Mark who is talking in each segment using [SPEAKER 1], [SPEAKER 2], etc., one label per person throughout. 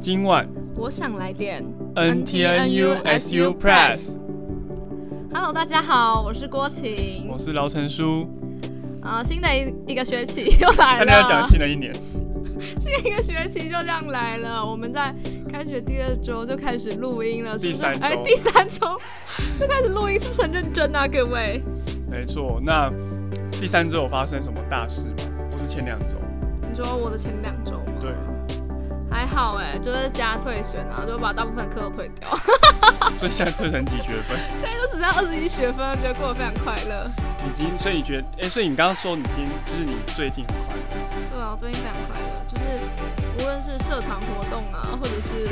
[SPEAKER 1] 今晚
[SPEAKER 2] 我想来点
[SPEAKER 1] NTNU SU Press，
[SPEAKER 2] Hello，大家好，我是郭晴
[SPEAKER 1] 我。是劳成书，
[SPEAKER 2] 啊、新的一一个学期 又来
[SPEAKER 1] 差点要讲
[SPEAKER 2] 了，
[SPEAKER 1] 新的一年，
[SPEAKER 2] 新的一个学期就这样来了。我们在开学第二周就开始录音了，是
[SPEAKER 1] 第
[SPEAKER 2] 不是？
[SPEAKER 1] 三周
[SPEAKER 2] 哎，第三周 就开始录音，是不是很认真啊，各位？
[SPEAKER 1] 没错。那第三周有发生什么大事吗？不是前两周，
[SPEAKER 2] 你说我的前两周吗？
[SPEAKER 1] 对，
[SPEAKER 2] 还好哎、就是加退选啊，就把大部分课都退掉，
[SPEAKER 1] 所以现在退成几学分？
[SPEAKER 2] 现在就只剩二十一学分，觉得过得非常快乐。
[SPEAKER 1] 已经，所以你觉得，哎、所以你刚刚说你今就是你最近很快乐，
[SPEAKER 2] 对啊，我最近非常快乐，就是无论是社团活动啊，或者是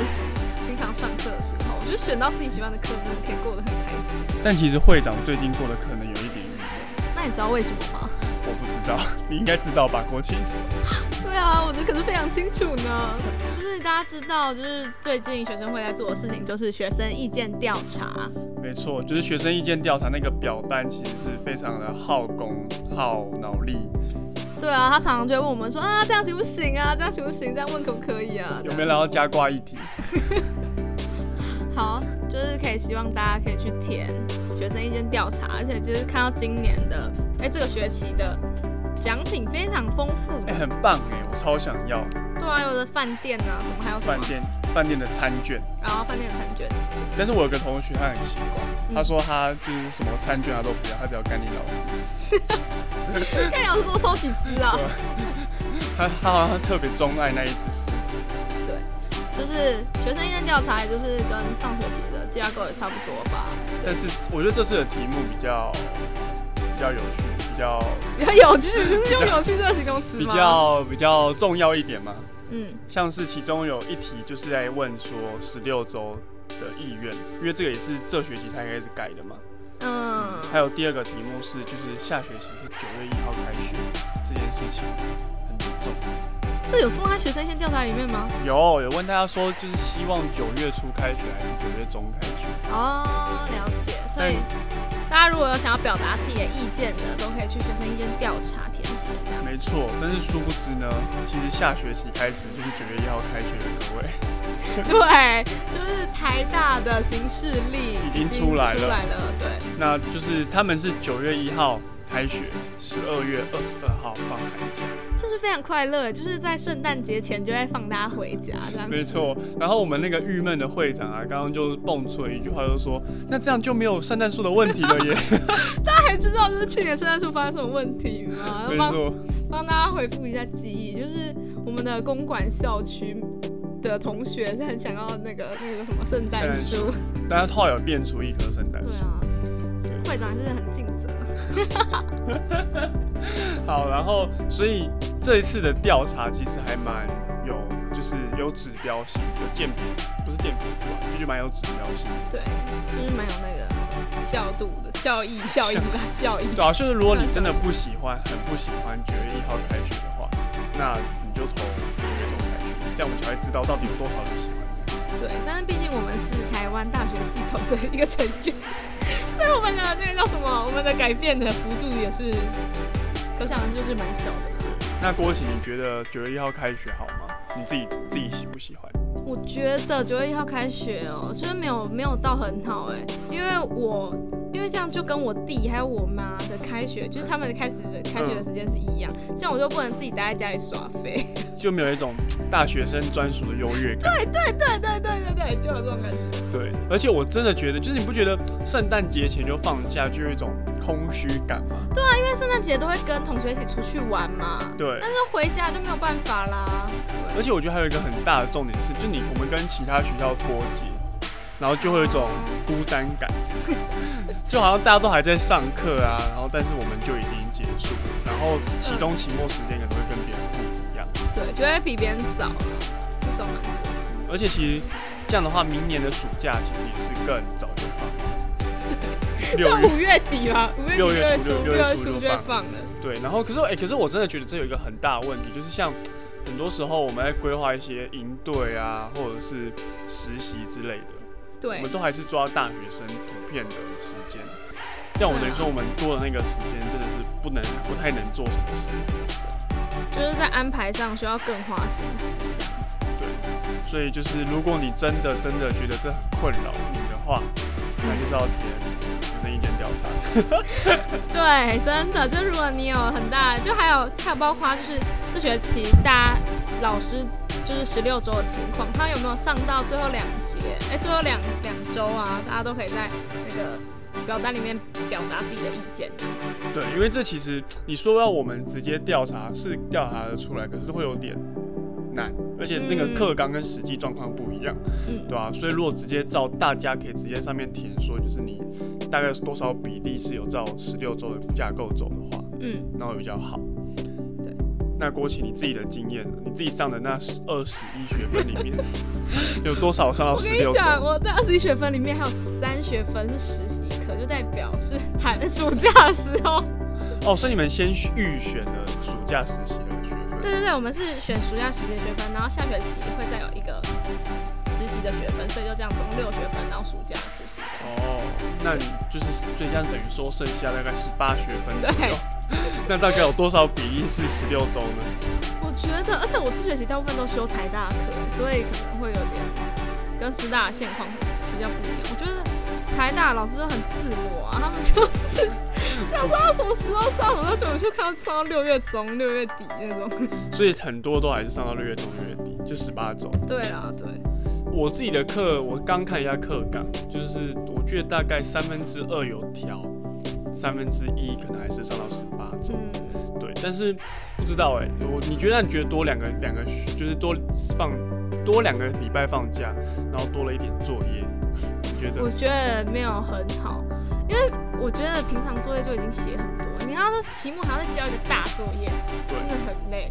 [SPEAKER 2] 平常上课的时候，我觉得选到自己喜欢的课，真的可以过得很开心。
[SPEAKER 1] 但其实会长最近过得可能有一点，
[SPEAKER 2] 那你知道为什么吗？
[SPEAKER 1] 我不知道， 你应该知道吧？国庆，
[SPEAKER 2] 对啊，我觉得可是非常清楚呢。 就是大家知道，就是最近学生会在做的事情，就是学生意见调查。
[SPEAKER 1] 没错，就是学生意见调查那个表单，其实是非常的耗工、耗脑力。
[SPEAKER 2] 对啊，他常常就会问我们说啊，这样行不行啊？这样行不行？这样问可不可以啊？
[SPEAKER 1] 有没有聊到加挂议题？
[SPEAKER 2] 好，就是可以希望大家可以去填学生意见调查，而且就是看到今年的，哎、这个学期的奖品非常丰富
[SPEAKER 1] 哎、
[SPEAKER 2] 的，
[SPEAKER 1] 很棒哎、我超想要
[SPEAKER 2] 对啊，有的饭店啊，什么还有什
[SPEAKER 1] 饭
[SPEAKER 2] 么，
[SPEAKER 1] 店饭店的餐券，
[SPEAKER 2] 然后饭店的餐券，
[SPEAKER 1] 但是我有个同学他很奇怪，他说他就是什么餐券他都不要，他只要干你老师。
[SPEAKER 2] 看你老师多收几只啊
[SPEAKER 1] 对，他他好像特别钟爱那一只狮子。
[SPEAKER 2] 就是学生意见调查，也就是跟上学期的架构也差不多吧，
[SPEAKER 1] 但是我觉得这次的题目比较比较有趣，比较
[SPEAKER 2] 比较有趣，就是用
[SPEAKER 1] 比较
[SPEAKER 2] 有趣这个形容词
[SPEAKER 1] 比
[SPEAKER 2] 吗？，
[SPEAKER 1] 较比较重要一点嘛。
[SPEAKER 2] 嗯，
[SPEAKER 1] 像是其中有一题就是在问说十六周的意愿，因为这个也是这学期才开始改的嘛。
[SPEAKER 2] 嗯，
[SPEAKER 1] 还有第二个题目是，就是下学期是九月一号开学这件事情很严重。
[SPEAKER 2] 这有放在学生意见调查里面吗？
[SPEAKER 1] 有有问大家说，就是希望九月初开学还是九月中开学？
[SPEAKER 2] 哦，了解。所以大家如果有想要表达自己的意见的，都可以去学生意见调查填写这样。
[SPEAKER 1] 没错，但是殊不知呢，其实下学期开始就是九月一号开学的各 位，
[SPEAKER 2] 对，就是台大的行事历
[SPEAKER 1] 已经出来了
[SPEAKER 2] 出来了。对，
[SPEAKER 1] 那就是他们是九月一号开学，十二月二十二号放寒假。
[SPEAKER 2] 就是非常快乐，就是在圣诞节前就会放大家回家这样子。
[SPEAKER 1] 没错，然后我们那个郁闷的会长啊，刚刚就蹦出了一句话，就说那这样就没有圣诞树的问题了 耶。
[SPEAKER 2] 大家还知道就是去年圣诞树发生什么问题吗？
[SPEAKER 1] 没
[SPEAKER 2] 帮
[SPEAKER 1] 错，
[SPEAKER 2] 帮大家回复一下记忆，就是我们的公馆校区。的同学是很想要那个那个什么圣诞
[SPEAKER 1] 圣
[SPEAKER 2] 树，
[SPEAKER 1] 但他后来有变出一棵圣诞树
[SPEAKER 2] 对。啊，会长还是很尽责。
[SPEAKER 1] 好，然后所以这一次的调查其实还蛮有，就是有指标性，有鉴别，不是鉴别度啊，就是蛮有指标性。
[SPEAKER 2] 对，就是蛮有那个效度的效 益，效益吧，效益。
[SPEAKER 1] 主要就是如果你真的不喜欢，很不喜欢九月一号开学的话，那你就投九月中开学，这样我们才会知道到底有多少人喜欢这样。
[SPEAKER 2] 对，但是毕竟我们是台湾大学系统的一个成员，所以我们的那个叫什么，我们的改变的幅度也是，可想而知就是蛮小的。
[SPEAKER 1] 那郭琴，你觉得九月一号开学好吗？你自己自己喜不喜欢？
[SPEAKER 2] 我觉得九月一号开学哦，就是没有没有到很好哎、因为我因为这样就跟我弟还有我妈的开学，就是他们的开始的开学的时间是一样，这样我就不能自己待在家里耍废。
[SPEAKER 1] 就没有一种大学生专属的优越感。
[SPEAKER 2] 对 对对对对，就有这种感觉。
[SPEAKER 1] 对，而且我真的觉得，就是你不觉得圣诞节前就放假，就有一种空虚感吗？
[SPEAKER 2] 因为圣诞节都会跟同学一起出去玩嘛，
[SPEAKER 1] 对，
[SPEAKER 2] 但是回家就没有办法啦。
[SPEAKER 1] 而且我觉得还有一个很大的重点是，就你我们跟其他学校脱节，然后就会有一种孤单感， 就好像大家都还在上课啊，然后但是我们就已经结束了，然后期中、期末时间可能会跟别人不一样，
[SPEAKER 2] 对，就会比别人早啦，这种感觉。
[SPEAKER 1] 而且其实这样的话，明年的暑假其实也是更早就放了，六
[SPEAKER 2] 就
[SPEAKER 1] 月
[SPEAKER 2] 五月底 吧，五月底
[SPEAKER 1] 六
[SPEAKER 2] 六
[SPEAKER 1] 月
[SPEAKER 2] 月
[SPEAKER 1] 初
[SPEAKER 2] 初
[SPEAKER 1] 六
[SPEAKER 2] 六
[SPEAKER 1] 月
[SPEAKER 2] 月
[SPEAKER 1] 初就
[SPEAKER 2] 初就会
[SPEAKER 1] 放
[SPEAKER 2] 放了。
[SPEAKER 1] 对，然后可是哎、可是我真的觉得这有一个很大的问题，就是像很多时候我们在规划一些营队啊，或者是实习之类的。我
[SPEAKER 2] 对
[SPEAKER 1] 们，都还是抓大学生普遍的时间。这样我等于说，我们多的那个时间真的是不能、不太能做什么事。
[SPEAKER 2] 就是在安排上需要更花心思这样子。
[SPEAKER 1] 对，所以就是如果你真的真的觉得这很困扰你的话，那就是要填就是意见调查。
[SPEAKER 2] 对，真的，就如果你有很大，就还有还有包括就是这学期大家老师就是十六周的情况，他有没有上到最后两节？哎、最后两两周啊，大家都可以在那个表单里面表达自己的意见。
[SPEAKER 1] 对，因为这其实你说要我们直接调查是调查得出来，可是会有点难，而且那个
[SPEAKER 2] 嗯
[SPEAKER 1] 课纲跟实际状况不一样，
[SPEAKER 2] 嗯，
[SPEAKER 1] 对吧、啊所以如果直接照大家可以直接上面填说，就是你大概多少比例是有照十六周的架构走的话，
[SPEAKER 2] 嗯，
[SPEAKER 1] 那会比较好。
[SPEAKER 2] 对，
[SPEAKER 1] 那郭琪你自己的经验呢？你自己上的那十二十一学分里面， 有多少上到
[SPEAKER 2] 我
[SPEAKER 1] 哦十
[SPEAKER 2] 跟
[SPEAKER 1] 六周？
[SPEAKER 2] 你讲，我在二十一学分里面还有三学分是实习课，就代表是寒暑假的时候。
[SPEAKER 1] 哦，所以你们先预选了暑假实习的学分。
[SPEAKER 2] 对对对，我们是选暑假实习的学分，然后下学期会再有一个实习的学分，所以就这样总共六学分，然后暑假实习这样子。
[SPEAKER 1] 哦，那你就是所以这样等于说剩下大概十八学分左
[SPEAKER 2] 对
[SPEAKER 1] 右。 那大概有多少比例是十六周呢？
[SPEAKER 2] 我觉得，而且我这学期大部分都修台大课，所以可能会有点跟师大的现况比较不一样。我觉得台大老师就很自我啊，他们就是 想上到什么时候上什么时候，我就看到上到六月中、六月底那种。
[SPEAKER 1] 所以很多都还是上到六月中、六月底，就十八周。
[SPEAKER 2] 对啦，对，
[SPEAKER 1] 我自己的课，我刚看一下课纲，就是我觉得大概三分之二有调，三分之一可能还是上到十八周。
[SPEAKER 2] 嗯，
[SPEAKER 1] 对，但是不知道哎、我你觉得你觉得多两个两个就是多放多两个礼拜放假，然后多了一点作业，你觉
[SPEAKER 2] 我
[SPEAKER 1] 得？
[SPEAKER 2] 觉得没有很好，因为我觉得平常作业就已经写很多，你看他期末还要再交一个大作业，
[SPEAKER 1] 对
[SPEAKER 2] 真的很累。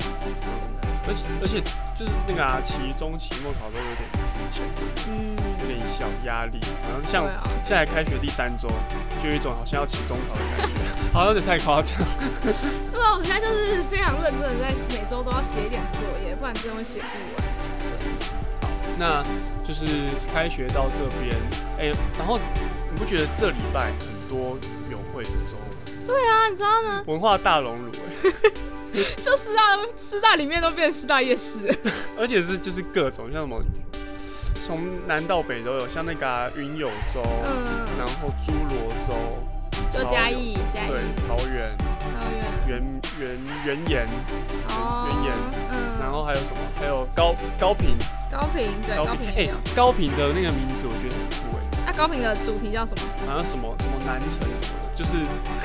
[SPEAKER 1] 而且而且就是那个啊，期中、期末考都有点提前，
[SPEAKER 2] 嗯，
[SPEAKER 1] 有点小压力。好像
[SPEAKER 2] 对
[SPEAKER 1] 像
[SPEAKER 2] 啊，
[SPEAKER 1] 现在开学第三周，就有一种好像要期中考的感觉，好像有点太夸张。
[SPEAKER 2] 对啊，我现在就是非常认真的在每周都要写一点作业，不然真的会写不完。
[SPEAKER 1] 那就是开学到这边，哎、然后你不觉得这礼拜很多有会的周吗？
[SPEAKER 2] 啊，你知道呢，
[SPEAKER 1] 文化大熔炉、 哎，
[SPEAKER 2] 就师大师大里面都变成师大夜市了，
[SPEAKER 1] 而且是就是各种像什么，从南到北都有，像那个啊云、友州，
[SPEAKER 2] 嗯，
[SPEAKER 1] 然后侏罗州，
[SPEAKER 2] 就嘉义嘉义
[SPEAKER 1] 对，桃园、
[SPEAKER 2] 桃园
[SPEAKER 1] 原原原岩，原
[SPEAKER 2] 哦
[SPEAKER 1] 岩，
[SPEAKER 2] 嗯，
[SPEAKER 1] 然后还有什么？还有高高频，
[SPEAKER 2] 高频对高频也
[SPEAKER 1] 哎
[SPEAKER 2] 有，，
[SPEAKER 1] 高频的那个名字我觉得很酷哎、
[SPEAKER 2] 那高频的主题叫什么？
[SPEAKER 1] 好像什么什么南城什么的，就是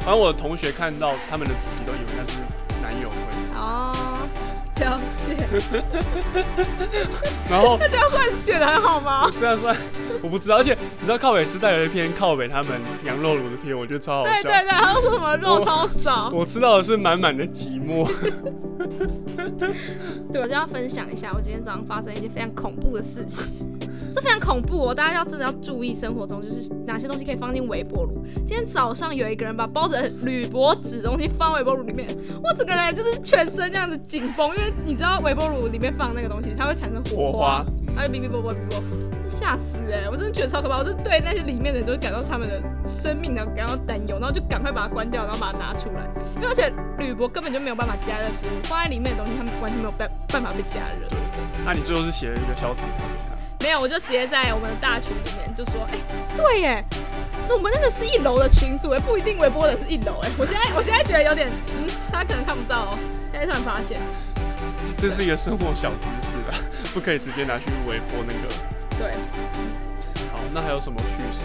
[SPEAKER 1] 反正我的同学看到他们的主题都以为那是男友会，
[SPEAKER 2] 哦，了解，
[SPEAKER 1] 然后
[SPEAKER 2] 那这样算写的很好吗？
[SPEAKER 1] 这样算我不知道，而且你知道靠北师大有一篇靠北他们羊肉炉的贴，我觉得超好笑。
[SPEAKER 2] 对对对，他说什么肉
[SPEAKER 1] 我
[SPEAKER 2] 超少。
[SPEAKER 1] 我吃到的是满满的寂 寞，
[SPEAKER 2] 对，我就要分享一下我今天早上发生一件非常恐怖的事情。这非常恐怖哦，大家要真的要注意生活中就是哪些东西可以放进微波炉。今天早上有一个人把包着铝箔纸的东西放微波炉里面，我整个人就是全身这样子紧绷，因为你知道微波炉里面放那个东西，它会产生火
[SPEAKER 1] 火
[SPEAKER 2] 花
[SPEAKER 1] 花，，嗯
[SPEAKER 2] 它就哔哔啵啵哔啵，这吓死哎、我真的觉得超可怕，我是对那些里面的人都感到他们的生命的感到担忧，然后就赶快把它关掉，然后把它拿出来，因为而且铝箔根本就没有办法加热食物，放在里面的东西它们完全没有办办法被加热。
[SPEAKER 1] 那、你最后是写了一个小纸条给他，
[SPEAKER 2] 没有，我就直接在我们的大群里面就说，哎、对耶，那我们那个是一楼的群组，哎，不一定微波的是一楼，哎，我现在我现在觉得有点，嗯，他可能看不到哦，现在突然发现，
[SPEAKER 1] 这是一个生活小知识啦，不可以直接拿去微波那个。
[SPEAKER 2] 对，
[SPEAKER 1] 好，那还有什么趣事？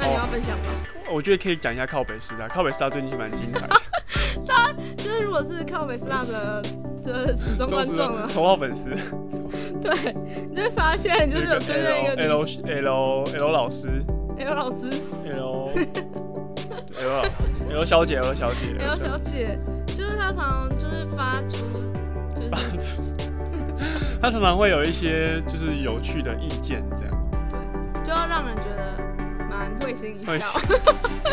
[SPEAKER 2] 那你要分享吗？
[SPEAKER 1] 我觉得可以讲一下靠北师大，靠北师大最近蛮精彩的。
[SPEAKER 2] 就是如果是靠美斯大的就是始终
[SPEAKER 1] 就
[SPEAKER 2] 观
[SPEAKER 1] 是
[SPEAKER 2] 众啊了，
[SPEAKER 1] 头号粉丝，
[SPEAKER 2] 对，你就会发现就是有出现一个
[SPEAKER 1] L
[SPEAKER 2] 女
[SPEAKER 1] L L 老师
[SPEAKER 2] L 老师
[SPEAKER 1] L L L 小姐 L 小姐
[SPEAKER 2] L 小姐，就是她常常就是发出就是
[SPEAKER 1] 发出，她常常会有一些就是有趣的意见，这样
[SPEAKER 2] 对，就要让人觉得蛮会心一
[SPEAKER 1] 会
[SPEAKER 2] 笑。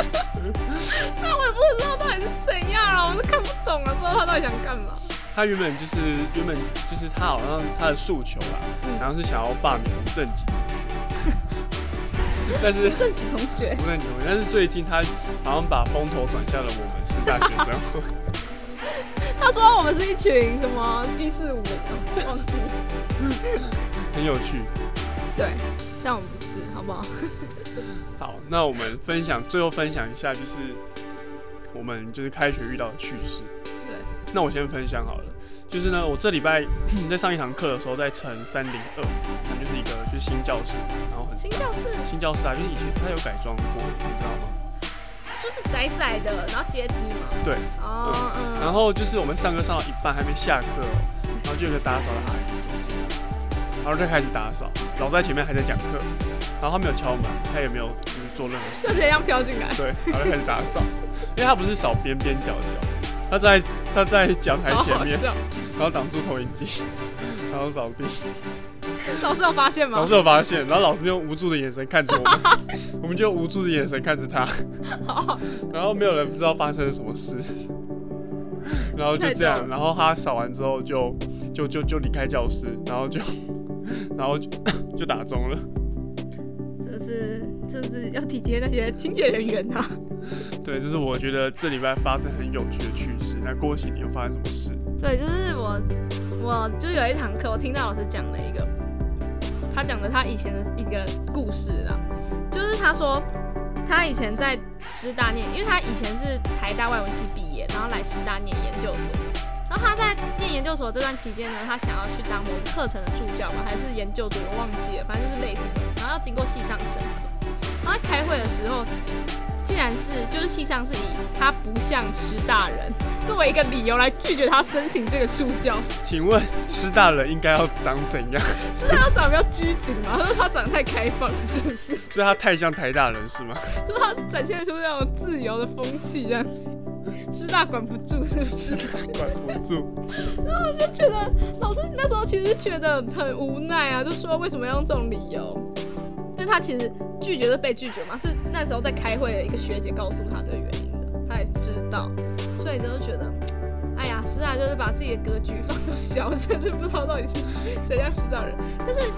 [SPEAKER 2] 虽然我也不知道到底是怎样了，我都看不懂啊了，不知道她到底想干嘛。
[SPEAKER 1] 她原本就是原本就是她好像她的诉求啦，
[SPEAKER 2] 嗯
[SPEAKER 1] 然后是想要罢免吴正己同学，但是
[SPEAKER 2] 吴正己同 学，
[SPEAKER 1] 吴正己同学，但是最近她好像把风头转向了我们是大学生会。
[SPEAKER 2] 他说我们是一群什么 B 四五零，忘记了。
[SPEAKER 1] 很有趣。
[SPEAKER 2] 对，但我们不是，好不好？
[SPEAKER 1] 好，那我们分享最后分享一下，就是我们就是开学遇到的趣事。
[SPEAKER 2] 对，
[SPEAKER 1] 那我先分享好了，就是呢，我这礼拜 在上一堂课的时候，在乘三零二，它就是一个就是新教室，然后很
[SPEAKER 2] 新教室
[SPEAKER 1] 新教室啊，就是以前它有改装过，你知道吗？
[SPEAKER 2] 就是窄窄的，然后阶梯嘛。
[SPEAKER 1] 对。
[SPEAKER 2] 哦，嗯。
[SPEAKER 1] 然后就是我们上课上到一半还没下课哦，然后就有个打扫的阿姨走进来，然后就开始打扫，老师在前面还在讲课，然后他没有敲门，他也没有就是做任何事
[SPEAKER 2] 就，直接这样飘进来。
[SPEAKER 1] 对，然后就开始打扫，因为他不是扫边边角角，他在他在讲台
[SPEAKER 2] 好
[SPEAKER 1] 前
[SPEAKER 2] 好
[SPEAKER 1] 面，
[SPEAKER 2] 笑。
[SPEAKER 1] 然后挡住投影机，然后扫地，
[SPEAKER 2] 老师有发现吗？
[SPEAKER 1] 老师有发现，然后老师用无助的眼神看着 我们，我们就用无助的眼神看着他，
[SPEAKER 2] 好好笑
[SPEAKER 1] 然后没有人知道发生了什么事，然后就这
[SPEAKER 2] 太
[SPEAKER 1] 样，
[SPEAKER 2] 逗
[SPEAKER 1] 然后他扫完之后就就就就离开教室，然后就 然后就 就打钟了。
[SPEAKER 2] 这是这是要体贴那些清洁人员啊。
[SPEAKER 1] 对，这是我觉得这礼拜发生很有趣的趣事。那郭喜，你又发生什么事？
[SPEAKER 2] 对，就是我，我就有一堂课，我听到老师讲了一个，他讲了他以前的一个故事啦，就是他说他以前在师大念，因为他以前是台大外文系毕业，然后来师大念研究所。然后他在念研究所这段期间呢，他想要去当某个课程的助教吧，还是研究组，我忘记了，反正就是类似这种，然后要经过系上审核。然后在开会的时候，竟然是就是系上是以他不像师大人作为一个理由来拒绝他申请这个助教。
[SPEAKER 1] 请问师大人应该要长怎样？
[SPEAKER 2] 是啊他长得比较拘谨嘛？他说他长得太开放，是不是？
[SPEAKER 1] 是他太像台大人是吗？
[SPEAKER 2] 就是他展现出那种自由的风气，这样师大管不住，是不是？
[SPEAKER 1] 管不住。
[SPEAKER 2] 就觉得老师那时候其实觉得很无奈啊，就说为什么要用这种理由？因为他其实拒绝是被拒绝嘛，是那时候在开会的一个学姐告诉他这个原因的，他也知道，所以就觉得，哎呀，师大就是把自己的格局放这么小，真是不知道到底是谁家师大人。但是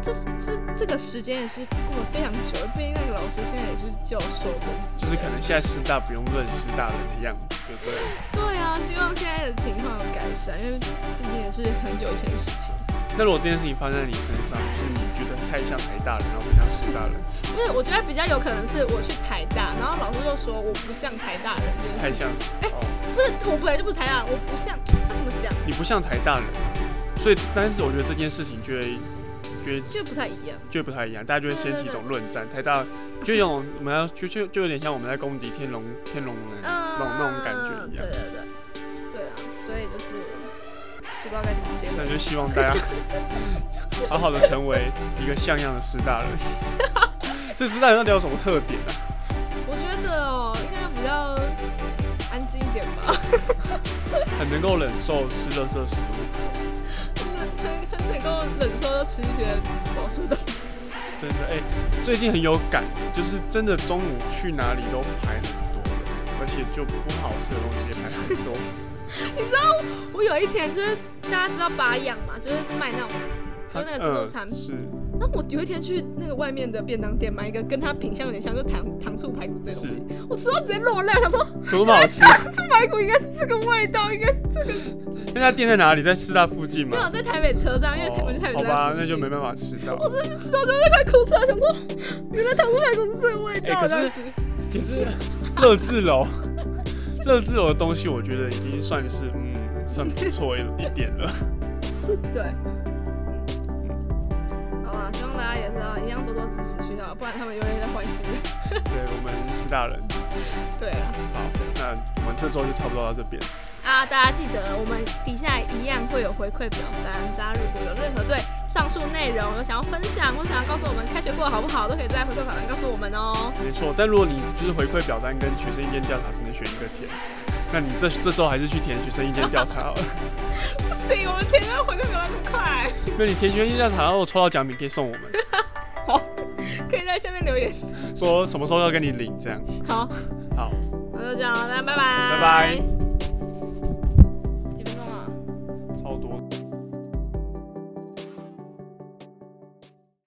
[SPEAKER 2] 这这这个时间也是过了非常久了，毕竟那个老师现在也是教授工
[SPEAKER 1] 就是可能现在师大不用认师大人的样子，对不对？
[SPEAKER 2] 对啊，希望现在的情况有改善，因为毕竟也是很久以前的事情。
[SPEAKER 1] 那如果这件事情发生在你身上，就是你觉得太像台大人，然后不像师大人，
[SPEAKER 2] 不是，我觉得比较有可能是我去台大，然后老师就说我不像台大人这件
[SPEAKER 1] 太
[SPEAKER 2] 事，
[SPEAKER 1] 像哦。
[SPEAKER 2] 不是我本来就不是台大人，我不像，他怎么讲，
[SPEAKER 1] 你不像台大人，所以但是我觉得这件事情就会觉得
[SPEAKER 2] 就不太一样。
[SPEAKER 1] 就会不太一样，大家就会掀起一种论战。台大就有种我们要就就就有点像我们在攻击天龙天龙人那
[SPEAKER 2] 嗯
[SPEAKER 1] 种那种感觉一样
[SPEAKER 2] 对。对对，对啊，所以就是不知道该怎么结
[SPEAKER 1] 那
[SPEAKER 2] 论。
[SPEAKER 1] 就希望大家好好的成为一个像样的师大人。 这师大人到底有什么特点啊？
[SPEAKER 2] 我觉得哦，应该比较安静一点吧，
[SPEAKER 1] 很能够忍受吃垃圾食物，
[SPEAKER 2] 很很能够忍受就吃一些饱吃的东西。
[SPEAKER 1] 真的哎、最近很有感，就是真的中午去哪里都排很多人，而且就不好吃的东西也排很 多。
[SPEAKER 2] 我有一天就是大家知道拔养嘛，就是卖那种。就是那个自助餐
[SPEAKER 1] 嗯是
[SPEAKER 2] 那我有一天去那个外面的便当店买一个跟它品相有点像，就糖糖醋排骨这些东西，我吃到直接落泪，我想说哎
[SPEAKER 1] 怎么那么好吃？
[SPEAKER 2] 糖醋排骨应该是这个味道，应该是
[SPEAKER 1] 那家店在哪里？在师大附近
[SPEAKER 2] 没有
[SPEAKER 1] 吗？
[SPEAKER 2] 在台北车站，因为台我是台北
[SPEAKER 1] 哦好
[SPEAKER 2] 车站
[SPEAKER 1] 吧
[SPEAKER 2] 附，近
[SPEAKER 1] 那就没办法吃到。
[SPEAKER 2] 我真的吃到就是快哭出来，想说原来糖醋排骨是这个味
[SPEAKER 1] 哎
[SPEAKER 2] 道，
[SPEAKER 1] 可是
[SPEAKER 2] 这样子
[SPEAKER 1] 可是乐智楼，乐智楼的东西，我觉得已经算是嗯，算不错一一点 了。
[SPEAKER 2] 对。嗯好啦，希望大家也是要一样多多支持学校，不然他们永远在换新的。
[SPEAKER 1] 对我们师大人，
[SPEAKER 2] 对啊了
[SPEAKER 1] 好，那我们这周就差不多到这边。
[SPEAKER 2] 啊，大家记得我们底下一样会有回馈表单，大家如果有任何对上述内容有想要分享，或想要告诉我们开学过得好不好，都可以在回馈表单告诉我们哦。
[SPEAKER 1] 没错，但如果你就是回馈表单跟学生意见调查只能选一个填，那你这这周还是去填学生意见调查好了，
[SPEAKER 2] 不行，我们天天回馈表单那么快，
[SPEAKER 1] 因为你填学生意见调查，然后我抽到奖品可以送我们，
[SPEAKER 2] 可以在下面留言。
[SPEAKER 1] 说什么时候要跟你领这样。
[SPEAKER 2] 好，
[SPEAKER 1] 好，
[SPEAKER 2] 那就这样了，大家拜拜，
[SPEAKER 1] 拜拜。